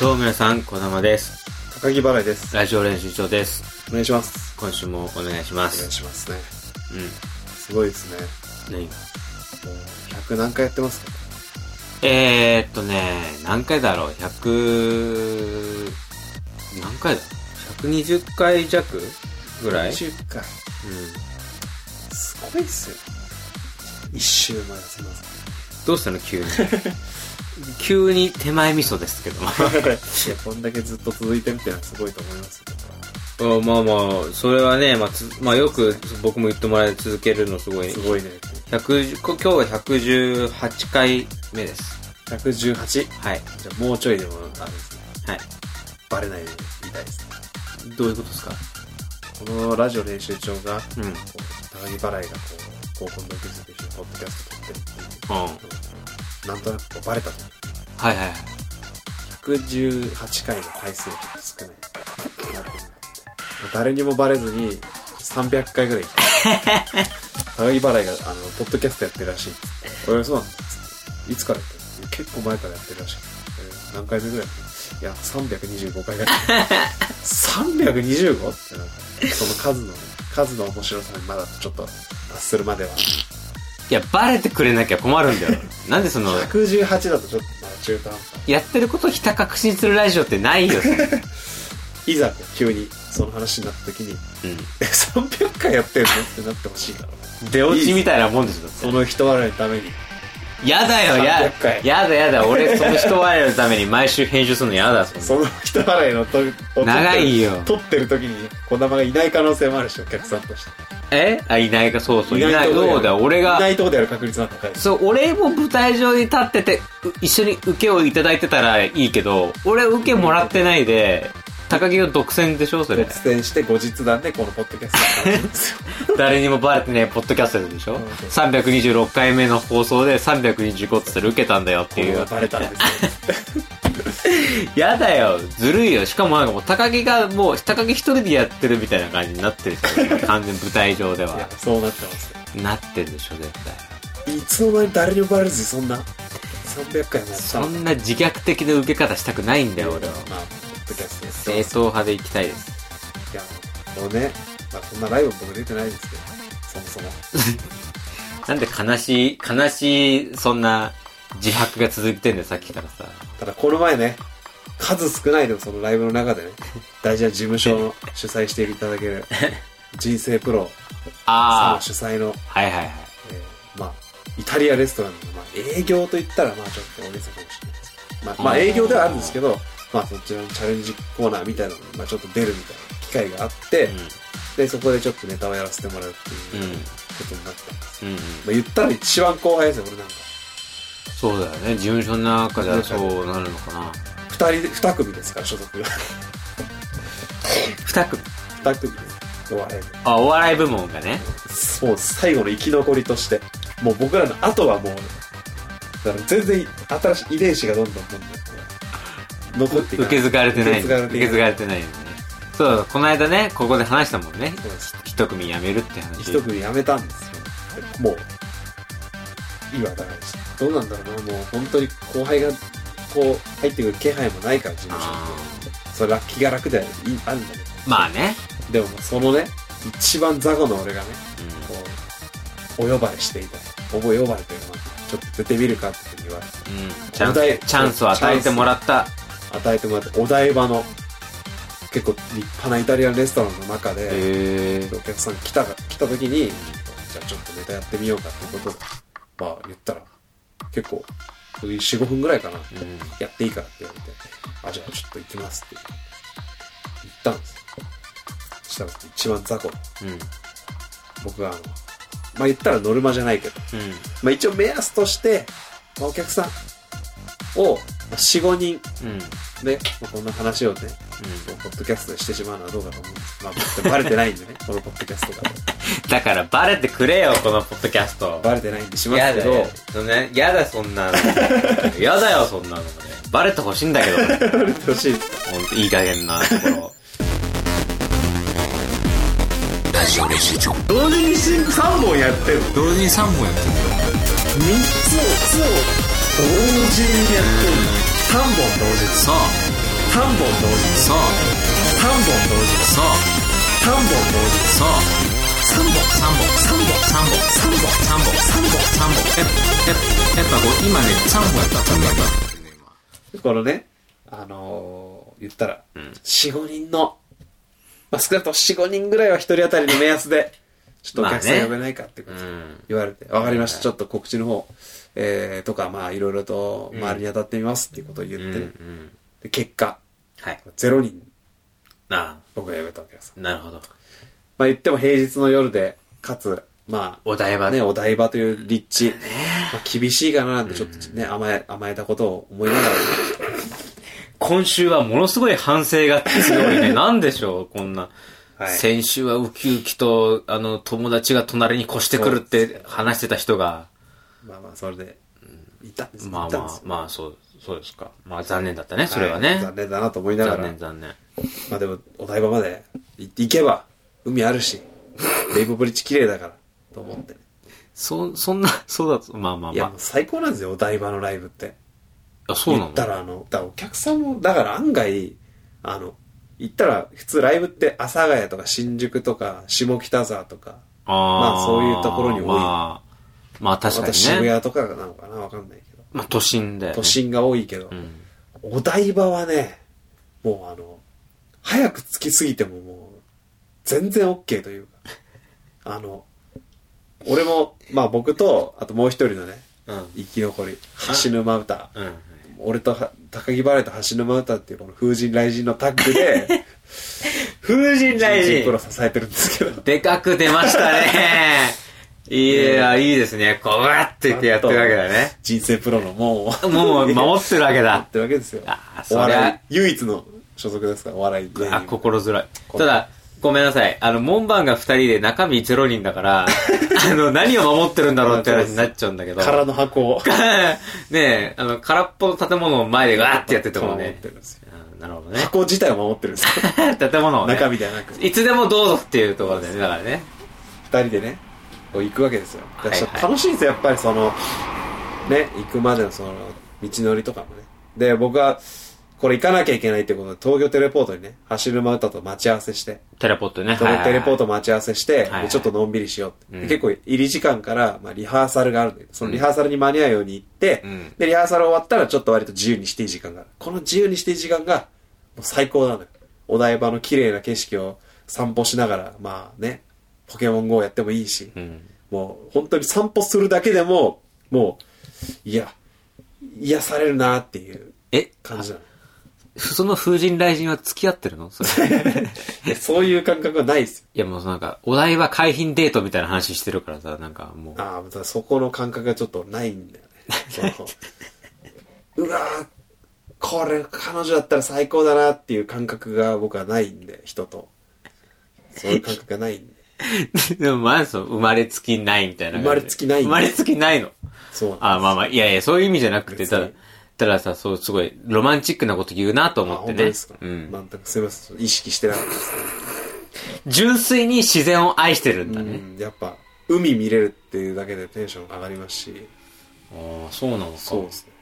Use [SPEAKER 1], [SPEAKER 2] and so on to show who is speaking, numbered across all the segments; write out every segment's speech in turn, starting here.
[SPEAKER 1] どうも皆さん、こだまです。
[SPEAKER 2] 高木払いです。
[SPEAKER 1] ラジオ練習長です。
[SPEAKER 2] お願いします。
[SPEAKER 1] 今週もお願いしま
[SPEAKER 2] お願い
[SPEAKER 1] す。
[SPEAKER 2] しますね。
[SPEAKER 1] う
[SPEAKER 2] すごいですね。
[SPEAKER 1] ん。何
[SPEAKER 2] もう100何回やってますか
[SPEAKER 1] えー、っとね、何回だろう ?100、何回だ ?120 回弱ぐらい、うん、
[SPEAKER 2] ?10 回。すごいっすよ。一周回せます。
[SPEAKER 1] どうしたの 急に。急に手前味噌ですけども。
[SPEAKER 2] いや、こんだ けずっと続いてるってのはすごいと思いますよ。
[SPEAKER 1] うんまあまあ、それはね、まあ、つまあ、よく僕も言ってもらえ続けるのすごい。
[SPEAKER 2] すごいね。
[SPEAKER 1] 110こ今日は118回目です。
[SPEAKER 2] 118。じ
[SPEAKER 1] はい。
[SPEAKER 2] ゃあもうちょいでも、あれですね。
[SPEAKER 1] はい。
[SPEAKER 2] バレないように言いたいですね。
[SPEAKER 1] どういうことですか
[SPEAKER 2] このラジオ練習帳が、こ
[SPEAKER 1] うん。うん。
[SPEAKER 2] う高木払いがこう、高校の同級生と一緒にポッドキャスト撮ってるっていう
[SPEAKER 1] は
[SPEAKER 2] のをなんとなくこうバレたと思
[SPEAKER 1] い
[SPEAKER 2] う。
[SPEAKER 1] はいはい。
[SPEAKER 2] 118回の回数がちょっと少ない。誰にもバレずに300回ぐらい行った。高木払いが、あの、ポッドキャストやってるらしいっつって。俺、そうなんだっつって。いつからやってるの結構前からやってるらしい。えー何回目ぐらいやってるいや、325回ぐらいやってる。325? ってなんか、その数の、数の面白さにまだちょっと達するまでは。
[SPEAKER 1] いや、バレてくれなきゃ困るん だよ。なんでその、
[SPEAKER 2] 118だとちょっとまだ中途半端。
[SPEAKER 1] やってることをひた隠しにするラジオってない よ。
[SPEAKER 2] いざ、急にその話になった時に、
[SPEAKER 1] う
[SPEAKER 2] え300回やってんのってなってほしいから
[SPEAKER 1] ん。出落ちみたいなもんでしょ、だって
[SPEAKER 2] その人笑いのために
[SPEAKER 1] やだよ、や
[SPEAKER 2] 300、回
[SPEAKER 1] やだやだ、俺、その人笑いのために毎週編集するのやだ、そんな
[SPEAKER 2] その人笑いのとを
[SPEAKER 1] 長いよ
[SPEAKER 2] 撮ってる撮ってる時に児玉がいない可能性もあるしお客さんとして
[SPEAKER 1] えあ、いないか、そうそう、いない、
[SPEAKER 2] とこで
[SPEAKER 1] そうだよ、俺が
[SPEAKER 2] いな、いとこでやる確率は高いです
[SPEAKER 1] そう、俺も舞台上に立ってて、う一緒に受けをいただいてたらいいけど、俺は受けもらってないで、高木の独占でしょ、それ。
[SPEAKER 2] 出演して後日談でこのポッドキャストの話を する
[SPEAKER 1] 誰にもバレてね、ポッドキャストでしょ
[SPEAKER 2] うん
[SPEAKER 1] ?326 回目の放送で325って言ったら受けたんだよっていう。
[SPEAKER 2] バレたんですよ
[SPEAKER 1] やだよ、ずるいよ。しかもなんかもう高木がもう、高木一人でやってるみたいな感じになってるじゃん。完全に舞台上で
[SPEAKER 2] いや
[SPEAKER 1] は。
[SPEAKER 2] そうなってますよ
[SPEAKER 1] なってるでしょ、絶対。
[SPEAKER 2] いつの間に誰にもバレずにそんな300回もやった
[SPEAKER 1] そ
[SPEAKER 2] の
[SPEAKER 1] んな自虐的な受け方したくないんだよ、俺は。
[SPEAKER 2] まあポッドキャストです
[SPEAKER 1] 正統派で行きたいです。
[SPEAKER 2] いやもうね、まあ、こんなライブも僕出てないですけどそもそも
[SPEAKER 1] なんで悲しい、悲しい、そんな自白が続いてんだよ、さっきからさ。
[SPEAKER 2] ただこの前ね、数少ないでもそのライブの 中でね、大事な事務所の主催していただける、人生プロさん
[SPEAKER 1] あ
[SPEAKER 2] の主催の、
[SPEAKER 1] あ、はいはいはい。
[SPEAKER 2] えーまあ、イタリアレストランの、まあ、営業と言ったら、まあちょっとお姉さんかもしれないですけどまあ、ま
[SPEAKER 1] あ
[SPEAKER 2] あ
[SPEAKER 1] ー
[SPEAKER 2] 営業ではあるんですけど、まあそちらのチャレンジコーナーみたいなのに、まあちょっと出るみたいな機会があって、で、そこでちょっとネタをやらせてもらうって
[SPEAKER 1] うん。う
[SPEAKER 2] い
[SPEAKER 1] ん
[SPEAKER 2] う。ことになったんです。
[SPEAKER 1] うん、うん。
[SPEAKER 2] まあ、言ったら一番後輩ですよ、俺なんか。
[SPEAKER 1] そうだよね。事務所の中ではそ
[SPEAKER 2] 事務所
[SPEAKER 1] うなるのかな。
[SPEAKER 2] 二人で、二組ですから、所属が。
[SPEAKER 1] 二組。
[SPEAKER 2] 二組です。お笑い部
[SPEAKER 1] あ、お笑い部門がね。
[SPEAKER 2] もう最後の生き残りとして、もう僕らの後はもう、だから全然新しい遺伝子がどんどんどんどんこう残ってい
[SPEAKER 1] 受け継がれてない。
[SPEAKER 2] 受け継がれてない
[SPEAKER 1] 受け継がれてないよね。そうだ、この間ね、ここで話したもんね。
[SPEAKER 2] そうです
[SPEAKER 1] 一組辞めるって話。
[SPEAKER 2] 一組やめたんですよ。もう、今だから、どうなんだろうな、もう本当に後輩がこう入ってくる気配もないから、事務所
[SPEAKER 1] あ
[SPEAKER 2] に。それ楽気が楽ではいいあるんだけ
[SPEAKER 1] ーまあね。
[SPEAKER 2] ど。でももうそのね、一番雑魚の俺がね、
[SPEAKER 1] う
[SPEAKER 2] こう、お呼ばれしていた。お呼ばれというのは、ちょっと出てみるかって言われて。
[SPEAKER 1] ん。うん。チャン
[SPEAKER 2] お題
[SPEAKER 1] ス、チャンスを与えてもらった。
[SPEAKER 2] 与えてもらってお台場の結構立派なイタリアンレストランの中で、
[SPEAKER 1] へ
[SPEAKER 2] お客さん来たが来た時にじゃあちょっとネタやってみようかっていうことでまあ言ったら結構45分ぐらいかな、
[SPEAKER 1] え。うん。
[SPEAKER 2] やっていいからって言われてあじゃあちょっと行きますって言ったんですよそしたら一番雑魚
[SPEAKER 1] うん。
[SPEAKER 2] 僕があのまあ言ったらノルマじゃないけど、
[SPEAKER 1] うん。
[SPEAKER 2] まあ、一応目安として、まあ、お客さんを45人
[SPEAKER 1] うん。うん。
[SPEAKER 2] で、まあ、こんな話をねこうポッドキャストでしてしまうのはどうかと思うんですまあ、僕バレてないんでね、 このポッドキャストが。
[SPEAKER 1] だからバレてくれよ、このポッドキャスト。
[SPEAKER 2] バレてないんでしま
[SPEAKER 1] や
[SPEAKER 2] すけ
[SPEAKER 1] だ
[SPEAKER 2] ど、
[SPEAKER 1] よ。そのねやだ、そんなの。やだよ、そんなのね。バレてほしいんだ けどね。
[SPEAKER 2] バレてほしいです。
[SPEAKER 1] ほんといい加減なところ。
[SPEAKER 2] 同時に新3本やってる。
[SPEAKER 3] 同時に3本やってる
[SPEAKER 2] 3つを、つを同時にやってる。3本同時
[SPEAKER 3] さあ
[SPEAKER 2] 3本同時
[SPEAKER 1] そう
[SPEAKER 2] 3本同時
[SPEAKER 1] そう
[SPEAKER 2] 3本同時
[SPEAKER 1] そう
[SPEAKER 2] 3本
[SPEAKER 1] 三本
[SPEAKER 2] 3本
[SPEAKER 1] 三本三
[SPEAKER 2] 3本
[SPEAKER 1] 本
[SPEAKER 2] 3本
[SPEAKER 1] 三本ええやっぱこう今ね三本やった三本やった
[SPEAKER 2] このね、あのー言ったら、
[SPEAKER 1] ん
[SPEAKER 2] 4、5人の、まあ、少なくとも4、5人ぐらいは1人当たりの目安 で、ちょっとお客さ
[SPEAKER 1] まあ
[SPEAKER 2] ん
[SPEAKER 1] ね
[SPEAKER 2] 呼べないかってことで
[SPEAKER 1] うん
[SPEAKER 2] 言われて、わ、かりました、ちょっと告知の方、えー、とか、まあ、いろいろと周りに当たってみますっていうことを言って、
[SPEAKER 1] うんうん
[SPEAKER 2] で結果、
[SPEAKER 1] はい
[SPEAKER 2] 0人
[SPEAKER 1] あ
[SPEAKER 2] 僕が呼べたお客さん。
[SPEAKER 1] なるほど
[SPEAKER 2] まあ、言っても平日の夜で、かつ、ま
[SPEAKER 1] お台
[SPEAKER 2] あ、
[SPEAKER 1] 場
[SPEAKER 2] ね、
[SPEAKER 1] ね
[SPEAKER 2] お台場という立地、まあ、厳しいかななんて、ちょっとね、甘え、甘えたことを思いながら、
[SPEAKER 1] 今週はものすごい反省が強いねなんでしょうこんな先週はウキウキと、あの、友達が隣に越してくるって話してた人が、
[SPEAKER 2] まあまあ、それで、いたんです
[SPEAKER 1] まあ
[SPEAKER 2] いたんで
[SPEAKER 1] ますあ、まあ、そう、そうですか。まあ、残念だったね、それはね。
[SPEAKER 2] い残念だなと思いなが
[SPEAKER 1] 残
[SPEAKER 2] ら。
[SPEAKER 1] 念、残念。
[SPEAKER 2] まあでも、お台場まで行行けば、海あ るし、レイボブリッジ綺麗だから、と思って。
[SPEAKER 1] そ、そんな、 そうだと、まあまあ
[SPEAKER 2] いや、
[SPEAKER 1] ま
[SPEAKER 2] もう最高なんですよ、お台場のライブって。
[SPEAKER 1] あ。あ、そうな
[SPEAKER 2] 言
[SPEAKER 1] の
[SPEAKER 2] ったら、あの、だからお客さんも、だから案外、あの、行ったら、普通ライブって、阿佐ヶ谷とか新宿とか、下北沢とか、
[SPEAKER 1] あー
[SPEAKER 2] まあそういうところに多い
[SPEAKER 1] まあ、まあ確
[SPEAKER 2] ま
[SPEAKER 1] か
[SPEAKER 2] た渋
[SPEAKER 1] にね。
[SPEAKER 2] 谷とかなのかなわかんないけど。
[SPEAKER 1] まあ都心で。
[SPEAKER 2] 都心が多いけど、
[SPEAKER 1] うん。
[SPEAKER 2] お台場はね、もうあの、早く着きすぎてももう、全然 OK というか、あの、俺も、まあ僕と、あともう一人のね、
[SPEAKER 1] うん。
[SPEAKER 2] 生き残り、橋沼歌、
[SPEAKER 1] うん。
[SPEAKER 2] 俺とは高木バレーと橋沼歌っていうこの風神雷神のタッグで、
[SPEAKER 1] 風神
[SPEAKER 2] 新
[SPEAKER 1] 雷
[SPEAKER 2] 人プロ
[SPEAKER 1] 神。
[SPEAKER 2] 支えてるんですけど、
[SPEAKER 1] でかく出ました ね。いや、いいですね。こうやって言ってやってるわけだね。
[SPEAKER 2] 人生プロの 門を、
[SPEAKER 1] もう守ってるわけ
[SPEAKER 2] や
[SPEAKER 1] だ
[SPEAKER 2] っ。てるわけですよ
[SPEAKER 1] あ。
[SPEAKER 2] お
[SPEAKER 1] そりゃ
[SPEAKER 2] 笑い、唯一の所属ですから、お笑い芸人。
[SPEAKER 1] あ、心づらい。ただ、ごめんなさい。あの、門番が二人で中身ゼロ人だ から、あの、何を守ってるんだろうって話になっちゃうんだけど。
[SPEAKER 2] 空の箱を、
[SPEAKER 1] ねえ、あの、空っぽの建物を前でガーってやってても
[SPEAKER 2] 守っ
[SPEAKER 1] ね
[SPEAKER 2] て。るんですよ
[SPEAKER 1] うんなるほどね。
[SPEAKER 2] 箱自体を守ってるんですよ。
[SPEAKER 1] 建物をね。
[SPEAKER 2] 中身ではなく
[SPEAKER 1] いつでもどうぞっていうところだよね。だからね。
[SPEAKER 2] 二人でねこう行くわけですよだから
[SPEAKER 1] はいはい
[SPEAKER 2] 楽しいんですよやっぱりそのね行くまでのその道のりとかもねで僕はこれ行かなきゃいけないってことで東京テレポートにね走る馬歌と待ち合わせして
[SPEAKER 1] テレポートね。
[SPEAKER 2] そのテレポート
[SPEAKER 1] も。
[SPEAKER 2] 待ち合わせして、
[SPEAKER 1] いはい
[SPEAKER 2] でちょっとのんびりしようっ
[SPEAKER 1] う
[SPEAKER 2] て、
[SPEAKER 1] ん
[SPEAKER 2] で結構入り時間から、まあ、リハーサルがあるんでそのリハーサルに間に合うように行って、
[SPEAKER 1] うん
[SPEAKER 2] でリハーサル終わったらちょっと割と自由にしていい時間があるこの自由にしていい時間がもう最高なのよお台場の綺麗な景色を散歩しながらまあねポケモン GO やってもいいし、
[SPEAKER 1] うん。
[SPEAKER 2] もう本当に散歩するだけでももういや癒されるなっていう
[SPEAKER 1] え、
[SPEAKER 2] 感じなの
[SPEAKER 1] その風神雷神は付き合ってるのそれ。
[SPEAKER 2] いやそういう感覚はないですよ
[SPEAKER 1] いやもうなんか、お台場海浜デートみたいな話してるからさ、なんかもう。
[SPEAKER 2] ああ、だからそこの感覚がちょっとないんだよね。そのうわーこれ彼女だったら最高だなっていう感覚が僕はないんで、人と。そういう感覚がないんで。
[SPEAKER 1] でも、まあ、そう、生まれつきないみたいな感じ。
[SPEAKER 2] 生まれつきない
[SPEAKER 1] 生まれつきないの。
[SPEAKER 2] そうなんです
[SPEAKER 1] あまあまあ、いやいや、そういう意味じゃなくて、
[SPEAKER 2] 別に
[SPEAKER 1] ただ、たださ、そう、すごい、ロマンチックなこと言うなと
[SPEAKER 2] あ
[SPEAKER 1] 思っ
[SPEAKER 2] 本
[SPEAKER 1] て
[SPEAKER 2] 当
[SPEAKER 1] ね
[SPEAKER 2] ですか。。
[SPEAKER 1] うん。
[SPEAKER 2] 全くすみません。意識してなかったです、
[SPEAKER 1] 純粋に自然を愛してるんだね。
[SPEAKER 2] うん。やっぱ、海見れるっていうだけでテンション上がりますし、
[SPEAKER 1] ああ、そうなのか。
[SPEAKER 2] そうですね。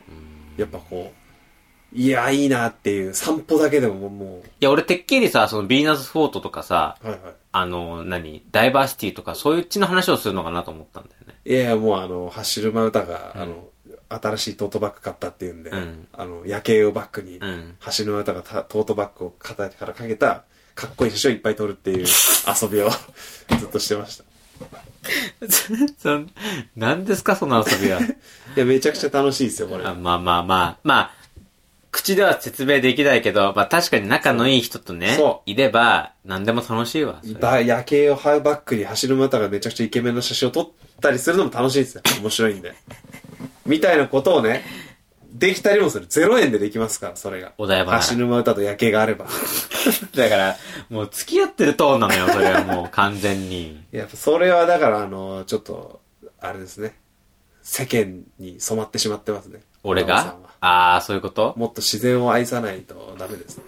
[SPEAKER 2] やっぱこう、いや、いいなっていう、散歩だけでもも
[SPEAKER 1] いや、俺、てっきりさ、その、ビーナスフォートとかさ、
[SPEAKER 2] う、はいはい。
[SPEAKER 1] あの、何、ダイバーシティとか、そういうっちの話をするのかなと思ったんだよね。
[SPEAKER 2] いやいや、もうあの、走る馬歌が、あの、新しいトートバッグ買ったっていうんで、
[SPEAKER 1] うん
[SPEAKER 2] あの、夜景をバックに、
[SPEAKER 1] うん
[SPEAKER 2] 走る馬歌がたトートバッグを肩からかけた、かっこいい写真をいっぱい撮るって いう遊びをずっとしてました。い
[SPEAKER 1] そん、何ですか、その遊びは。
[SPEAKER 2] や、めちゃくちゃ楽しいですよ、これ。
[SPEAKER 1] あまあまあまあ、まあ、口では説明できないけど、まあ確かに仲のいい人とね
[SPEAKER 2] そ、
[SPEAKER 1] いれば、何でも楽しいわ。それ
[SPEAKER 2] だ夜景をハイバックに走る馬歌がめちゃくちゃイケメンの写真を撮ったりするのも楽しいんですよ。面白いんで。みたいなことをね、できたりもする。0円でできますから、それが。
[SPEAKER 1] お台場なら
[SPEAKER 2] 走る馬歌と夜景があれば。
[SPEAKER 1] だから、もう付き合ってるトーンなのよ、それはもう完全に。
[SPEAKER 2] やっぱそれはだからあのちょっとあれですね世間に染まってしまってますね
[SPEAKER 1] 俺
[SPEAKER 2] 山本さ
[SPEAKER 1] が
[SPEAKER 2] んは
[SPEAKER 1] ああ、そういうこと
[SPEAKER 2] もっと自然を愛さないとダメですね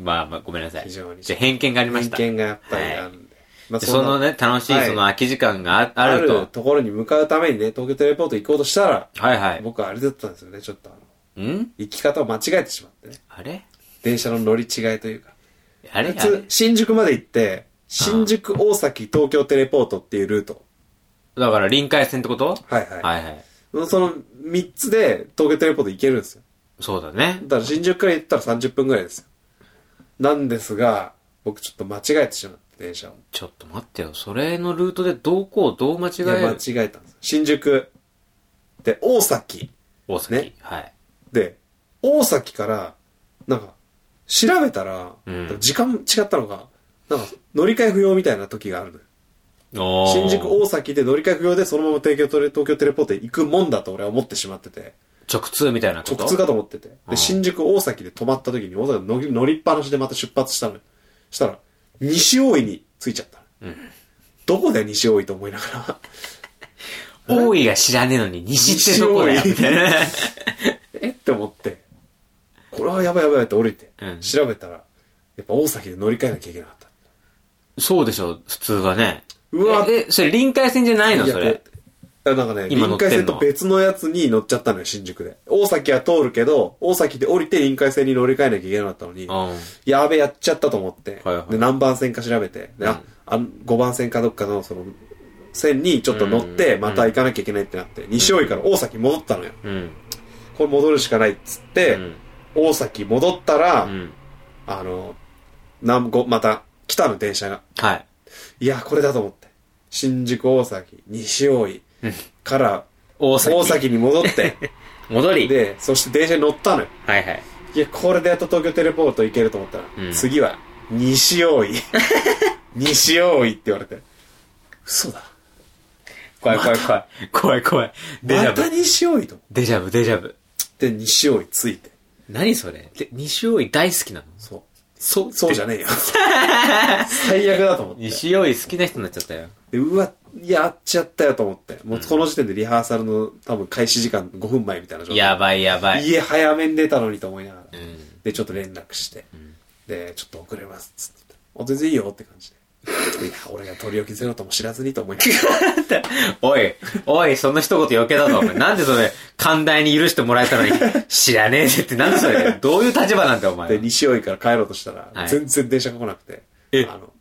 [SPEAKER 1] まあまあ、ごめんなさい。
[SPEAKER 2] 非
[SPEAKER 1] じ
[SPEAKER 2] 常に
[SPEAKER 1] ゃあ偏見がありま
[SPEAKER 2] 人
[SPEAKER 1] した。
[SPEAKER 2] 間がやっぱり
[SPEAKER 1] はい
[SPEAKER 2] あるんで、まあ
[SPEAKER 1] で
[SPEAKER 2] ん
[SPEAKER 1] そ
[SPEAKER 2] な
[SPEAKER 1] のね、楽しい
[SPEAKER 2] はい
[SPEAKER 1] その空き時間がああ
[SPEAKER 2] あ
[SPEAKER 1] る
[SPEAKER 2] る
[SPEAKER 1] と。
[SPEAKER 2] ところに向かうためにね東京テレポート行こうとしたら
[SPEAKER 1] はいはい。
[SPEAKER 2] 僕はあれだったんですよねちょっとあの
[SPEAKER 1] ん
[SPEAKER 2] 行き方を間違えてしまってね
[SPEAKER 1] あれ
[SPEAKER 2] 電車の乗り違いというか。
[SPEAKER 1] あれ
[SPEAKER 2] 普
[SPEAKER 1] あれ
[SPEAKER 2] 通、新宿まで行って、新宿、大崎、東京テレポートっていうルート。
[SPEAKER 1] だから臨海線ってこと
[SPEAKER 2] はいはい。
[SPEAKER 1] はいはい。
[SPEAKER 2] その3つで東京テレポート行けるんですよ。
[SPEAKER 1] そうだね
[SPEAKER 2] だ。から新宿から行ったら30分ぐらいですよ。なんですが、僕ちょっと間違えてしまって、電車を。
[SPEAKER 1] ちょっと待ってよ。それのルートでどこをどう間違え
[SPEAKER 2] いや、間
[SPEAKER 1] る
[SPEAKER 2] 違えたんです。新宿。で、大崎。
[SPEAKER 1] 大崎、
[SPEAKER 2] ね
[SPEAKER 1] はい。
[SPEAKER 2] で、大崎から、なんか、調べたら、
[SPEAKER 1] うん
[SPEAKER 2] 時間違ったのが、なんか、乗り換え不要みたいな時があるのよ。
[SPEAKER 1] おー
[SPEAKER 2] 新宿大崎で乗り換え不要でそのまま東京テレ東京テレポートへ行くもんだと俺は思ってしまってて、
[SPEAKER 1] 直通みたいなこと
[SPEAKER 2] 直通かと思ってて。
[SPEAKER 1] うん
[SPEAKER 2] で、新宿大崎で止まった時に、大崎乗り乗りっぱなしでまた出発したのよ。したら、西大井に着いちゃったの。どこだよ、西大井と思いながら。
[SPEAKER 1] 大井が知らねえのに西ってどこだよ、
[SPEAKER 2] 西大井
[SPEAKER 1] みたいな。
[SPEAKER 2] えって思って、これはやばいやばいやばいって降りて、
[SPEAKER 1] うん
[SPEAKER 2] 調べたら、やっぱ大崎で乗り換えなきゃいけなかった。
[SPEAKER 1] そうでしょ、普通はね。
[SPEAKER 2] うわ
[SPEAKER 1] え、えそれ臨海線じゃないの
[SPEAKER 2] いや
[SPEAKER 1] それ。
[SPEAKER 2] あなんかね、
[SPEAKER 1] 今乗
[SPEAKER 2] 臨
[SPEAKER 1] ってんの
[SPEAKER 2] 海線と別のやつに乗っちゃったのよ、新宿で。大崎は通るけど、大崎で降りて臨海線に乗り換えなきゃいけなかったのに
[SPEAKER 1] う、ん。
[SPEAKER 2] やべ、やっちゃったと思って、
[SPEAKER 1] はいはい
[SPEAKER 2] で、何番線か調べて、であ、あの5番線かどっかのその、線にちょっと乗って、
[SPEAKER 1] うん
[SPEAKER 2] また行かなきゃいけないってなって、西大井から大崎戻ったのよ。
[SPEAKER 1] うん。
[SPEAKER 2] これ戻るしかないっつって、
[SPEAKER 1] うん
[SPEAKER 2] 大崎戻ったら、
[SPEAKER 1] うん。
[SPEAKER 2] あの、なんご、また、来たの、電車が。
[SPEAKER 1] はい。
[SPEAKER 2] いや、これだと思って。新宿、大崎、西大井
[SPEAKER 1] うん
[SPEAKER 2] から、
[SPEAKER 1] 大崎。
[SPEAKER 2] 大崎に 戻って、
[SPEAKER 1] 戻り。
[SPEAKER 2] で、そして電車に乗ったのよ。
[SPEAKER 1] はいはい。
[SPEAKER 2] いや、これでやっと東京テレポート行けると思ったら、
[SPEAKER 1] うん
[SPEAKER 2] 次は、西 大井。西大井って言われて。嘘だ。
[SPEAKER 1] 怖い怖い怖い。 怖い怖い。デジ
[SPEAKER 2] ま
[SPEAKER 1] ャ
[SPEAKER 2] た
[SPEAKER 1] ブ。
[SPEAKER 2] 西大井と思
[SPEAKER 1] デジャブ、デジャブ。
[SPEAKER 2] って、西大井ついて。
[SPEAKER 1] 何それで西大井大好きなの
[SPEAKER 2] そう。
[SPEAKER 1] そ
[SPEAKER 2] そうじゃねえ よ。最悪だと思って。
[SPEAKER 1] 西大井好きな人になっちゃったよ。
[SPEAKER 2] でうわ、やっちゃったよと思って。もうこの時点でリハーサルの多分開始時間5分前みたいな状態。
[SPEAKER 1] やばいやばい。
[SPEAKER 2] 家早めに出たのにと思いながら。
[SPEAKER 1] うん。
[SPEAKER 2] で、ちょっと連絡して。で、ちょっと遅れます。つって。あ、全然いいよって感じ で。いや、俺が取り置きゼロとも知らずにと思いながら。
[SPEAKER 1] おい、おい、そんな一言余計だぞ、お前。なんでそれ、寛大に許してもらえたのに、 知らねえぜって、なんでそれ、どういう立場なんだよ、お前
[SPEAKER 2] で、。西尾井から帰ろうとしたら
[SPEAKER 1] は、い
[SPEAKER 2] 全然電車が来なくて。
[SPEAKER 1] え
[SPEAKER 2] あの、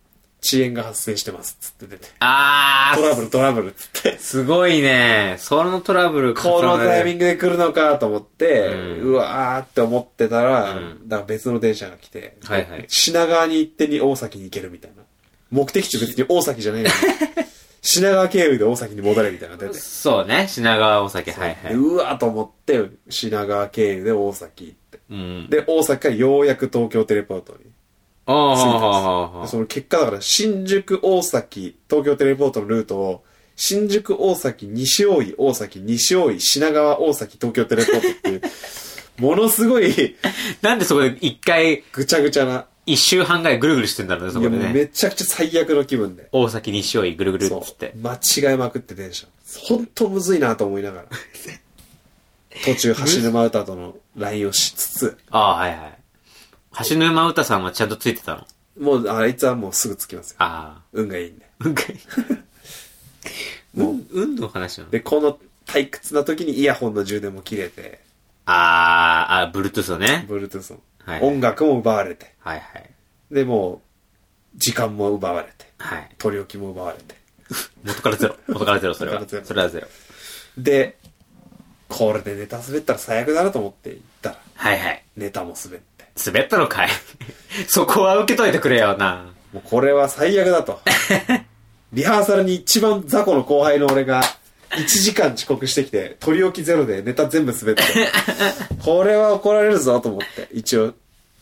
[SPEAKER 2] 遅延が発生してます。つって出て。
[SPEAKER 1] あ
[SPEAKER 2] トラブル、トラブル。つって
[SPEAKER 1] ー、。すごいね。そのトラブル、
[SPEAKER 2] このタイミ
[SPEAKER 1] ン
[SPEAKER 2] ングで来るのかと思って、
[SPEAKER 1] う
[SPEAKER 2] うんわーって思ってたら、
[SPEAKER 1] うん
[SPEAKER 2] だから別の電車が来て、
[SPEAKER 1] はいはい
[SPEAKER 2] 品川に行ってに大崎に行けるみたいな。目的地別に大崎じ ゃないのに。品川経由で大崎に戻れみたいなの出て。
[SPEAKER 1] そうね、品川お酒、はいは
[SPEAKER 2] で
[SPEAKER 1] い。
[SPEAKER 2] うわーと思って、品川経由で大崎行って。
[SPEAKER 1] うん。
[SPEAKER 2] で、大崎からようやく東京テレポートに。
[SPEAKER 1] ああ、
[SPEAKER 2] 着いたんです
[SPEAKER 1] はあ、
[SPEAKER 2] その結果だから、新宿、大崎、東京テレポートのルートを、新宿、大崎、西大井、大崎、西大井、品川、大崎、東京テレポートっ ていう、ものすごい
[SPEAKER 1] なんでそこで一回、
[SPEAKER 2] ぐちゃぐちゃな、
[SPEAKER 1] 一周半ぐらいぐるぐるしてんだろうね、そ
[SPEAKER 2] い
[SPEAKER 1] こ
[SPEAKER 2] や
[SPEAKER 1] で
[SPEAKER 2] もう
[SPEAKER 1] ね。
[SPEAKER 2] めちゃくちゃ最悪の気分で。
[SPEAKER 1] 大崎、西尾井、ぐるぐるっ
[SPEAKER 2] そ
[SPEAKER 1] つって
[SPEAKER 2] う。。間違えまくって電車。ほんとむずいなと思いながら。途中、橋沼歌との LINE をしつつ、
[SPEAKER 1] ああ、はいはい。橋沼歌さんはちゃんとついてたの
[SPEAKER 2] もう、あいつはもうすぐ着きますよ。
[SPEAKER 1] ああ。
[SPEAKER 2] 運がいいんで。
[SPEAKER 1] うんかい。うん、うんの話なの
[SPEAKER 2] で、この退屈な時にイヤホンの充電も切れて、
[SPEAKER 1] あー、あ、ブルートゥースをね。
[SPEAKER 2] Bluetooth も、
[SPEAKER 1] はい
[SPEAKER 2] 音楽も奪われて、
[SPEAKER 1] はいはい。
[SPEAKER 2] で、もう、時間も奪われて、
[SPEAKER 1] はい。
[SPEAKER 2] 取り置きも奪われて。
[SPEAKER 1] 元からゼ ロ。元からゼロ、それは
[SPEAKER 2] 元からゼ。ロ
[SPEAKER 1] それはゼロ。
[SPEAKER 2] で、これでネタ滑ったら最悪だなと思って行ったら、
[SPEAKER 1] はいはい。
[SPEAKER 2] ネタも滑って。
[SPEAKER 1] 滑ったのかい。 そこは受けといてくれよな。
[SPEAKER 2] もうこれは最悪だと。 リハーサルに一番雑魚の後輩の俺が、1時間遅刻してきて、取り置きゼロでネタ全部 滑って。これは怒られるぞと思って、一応、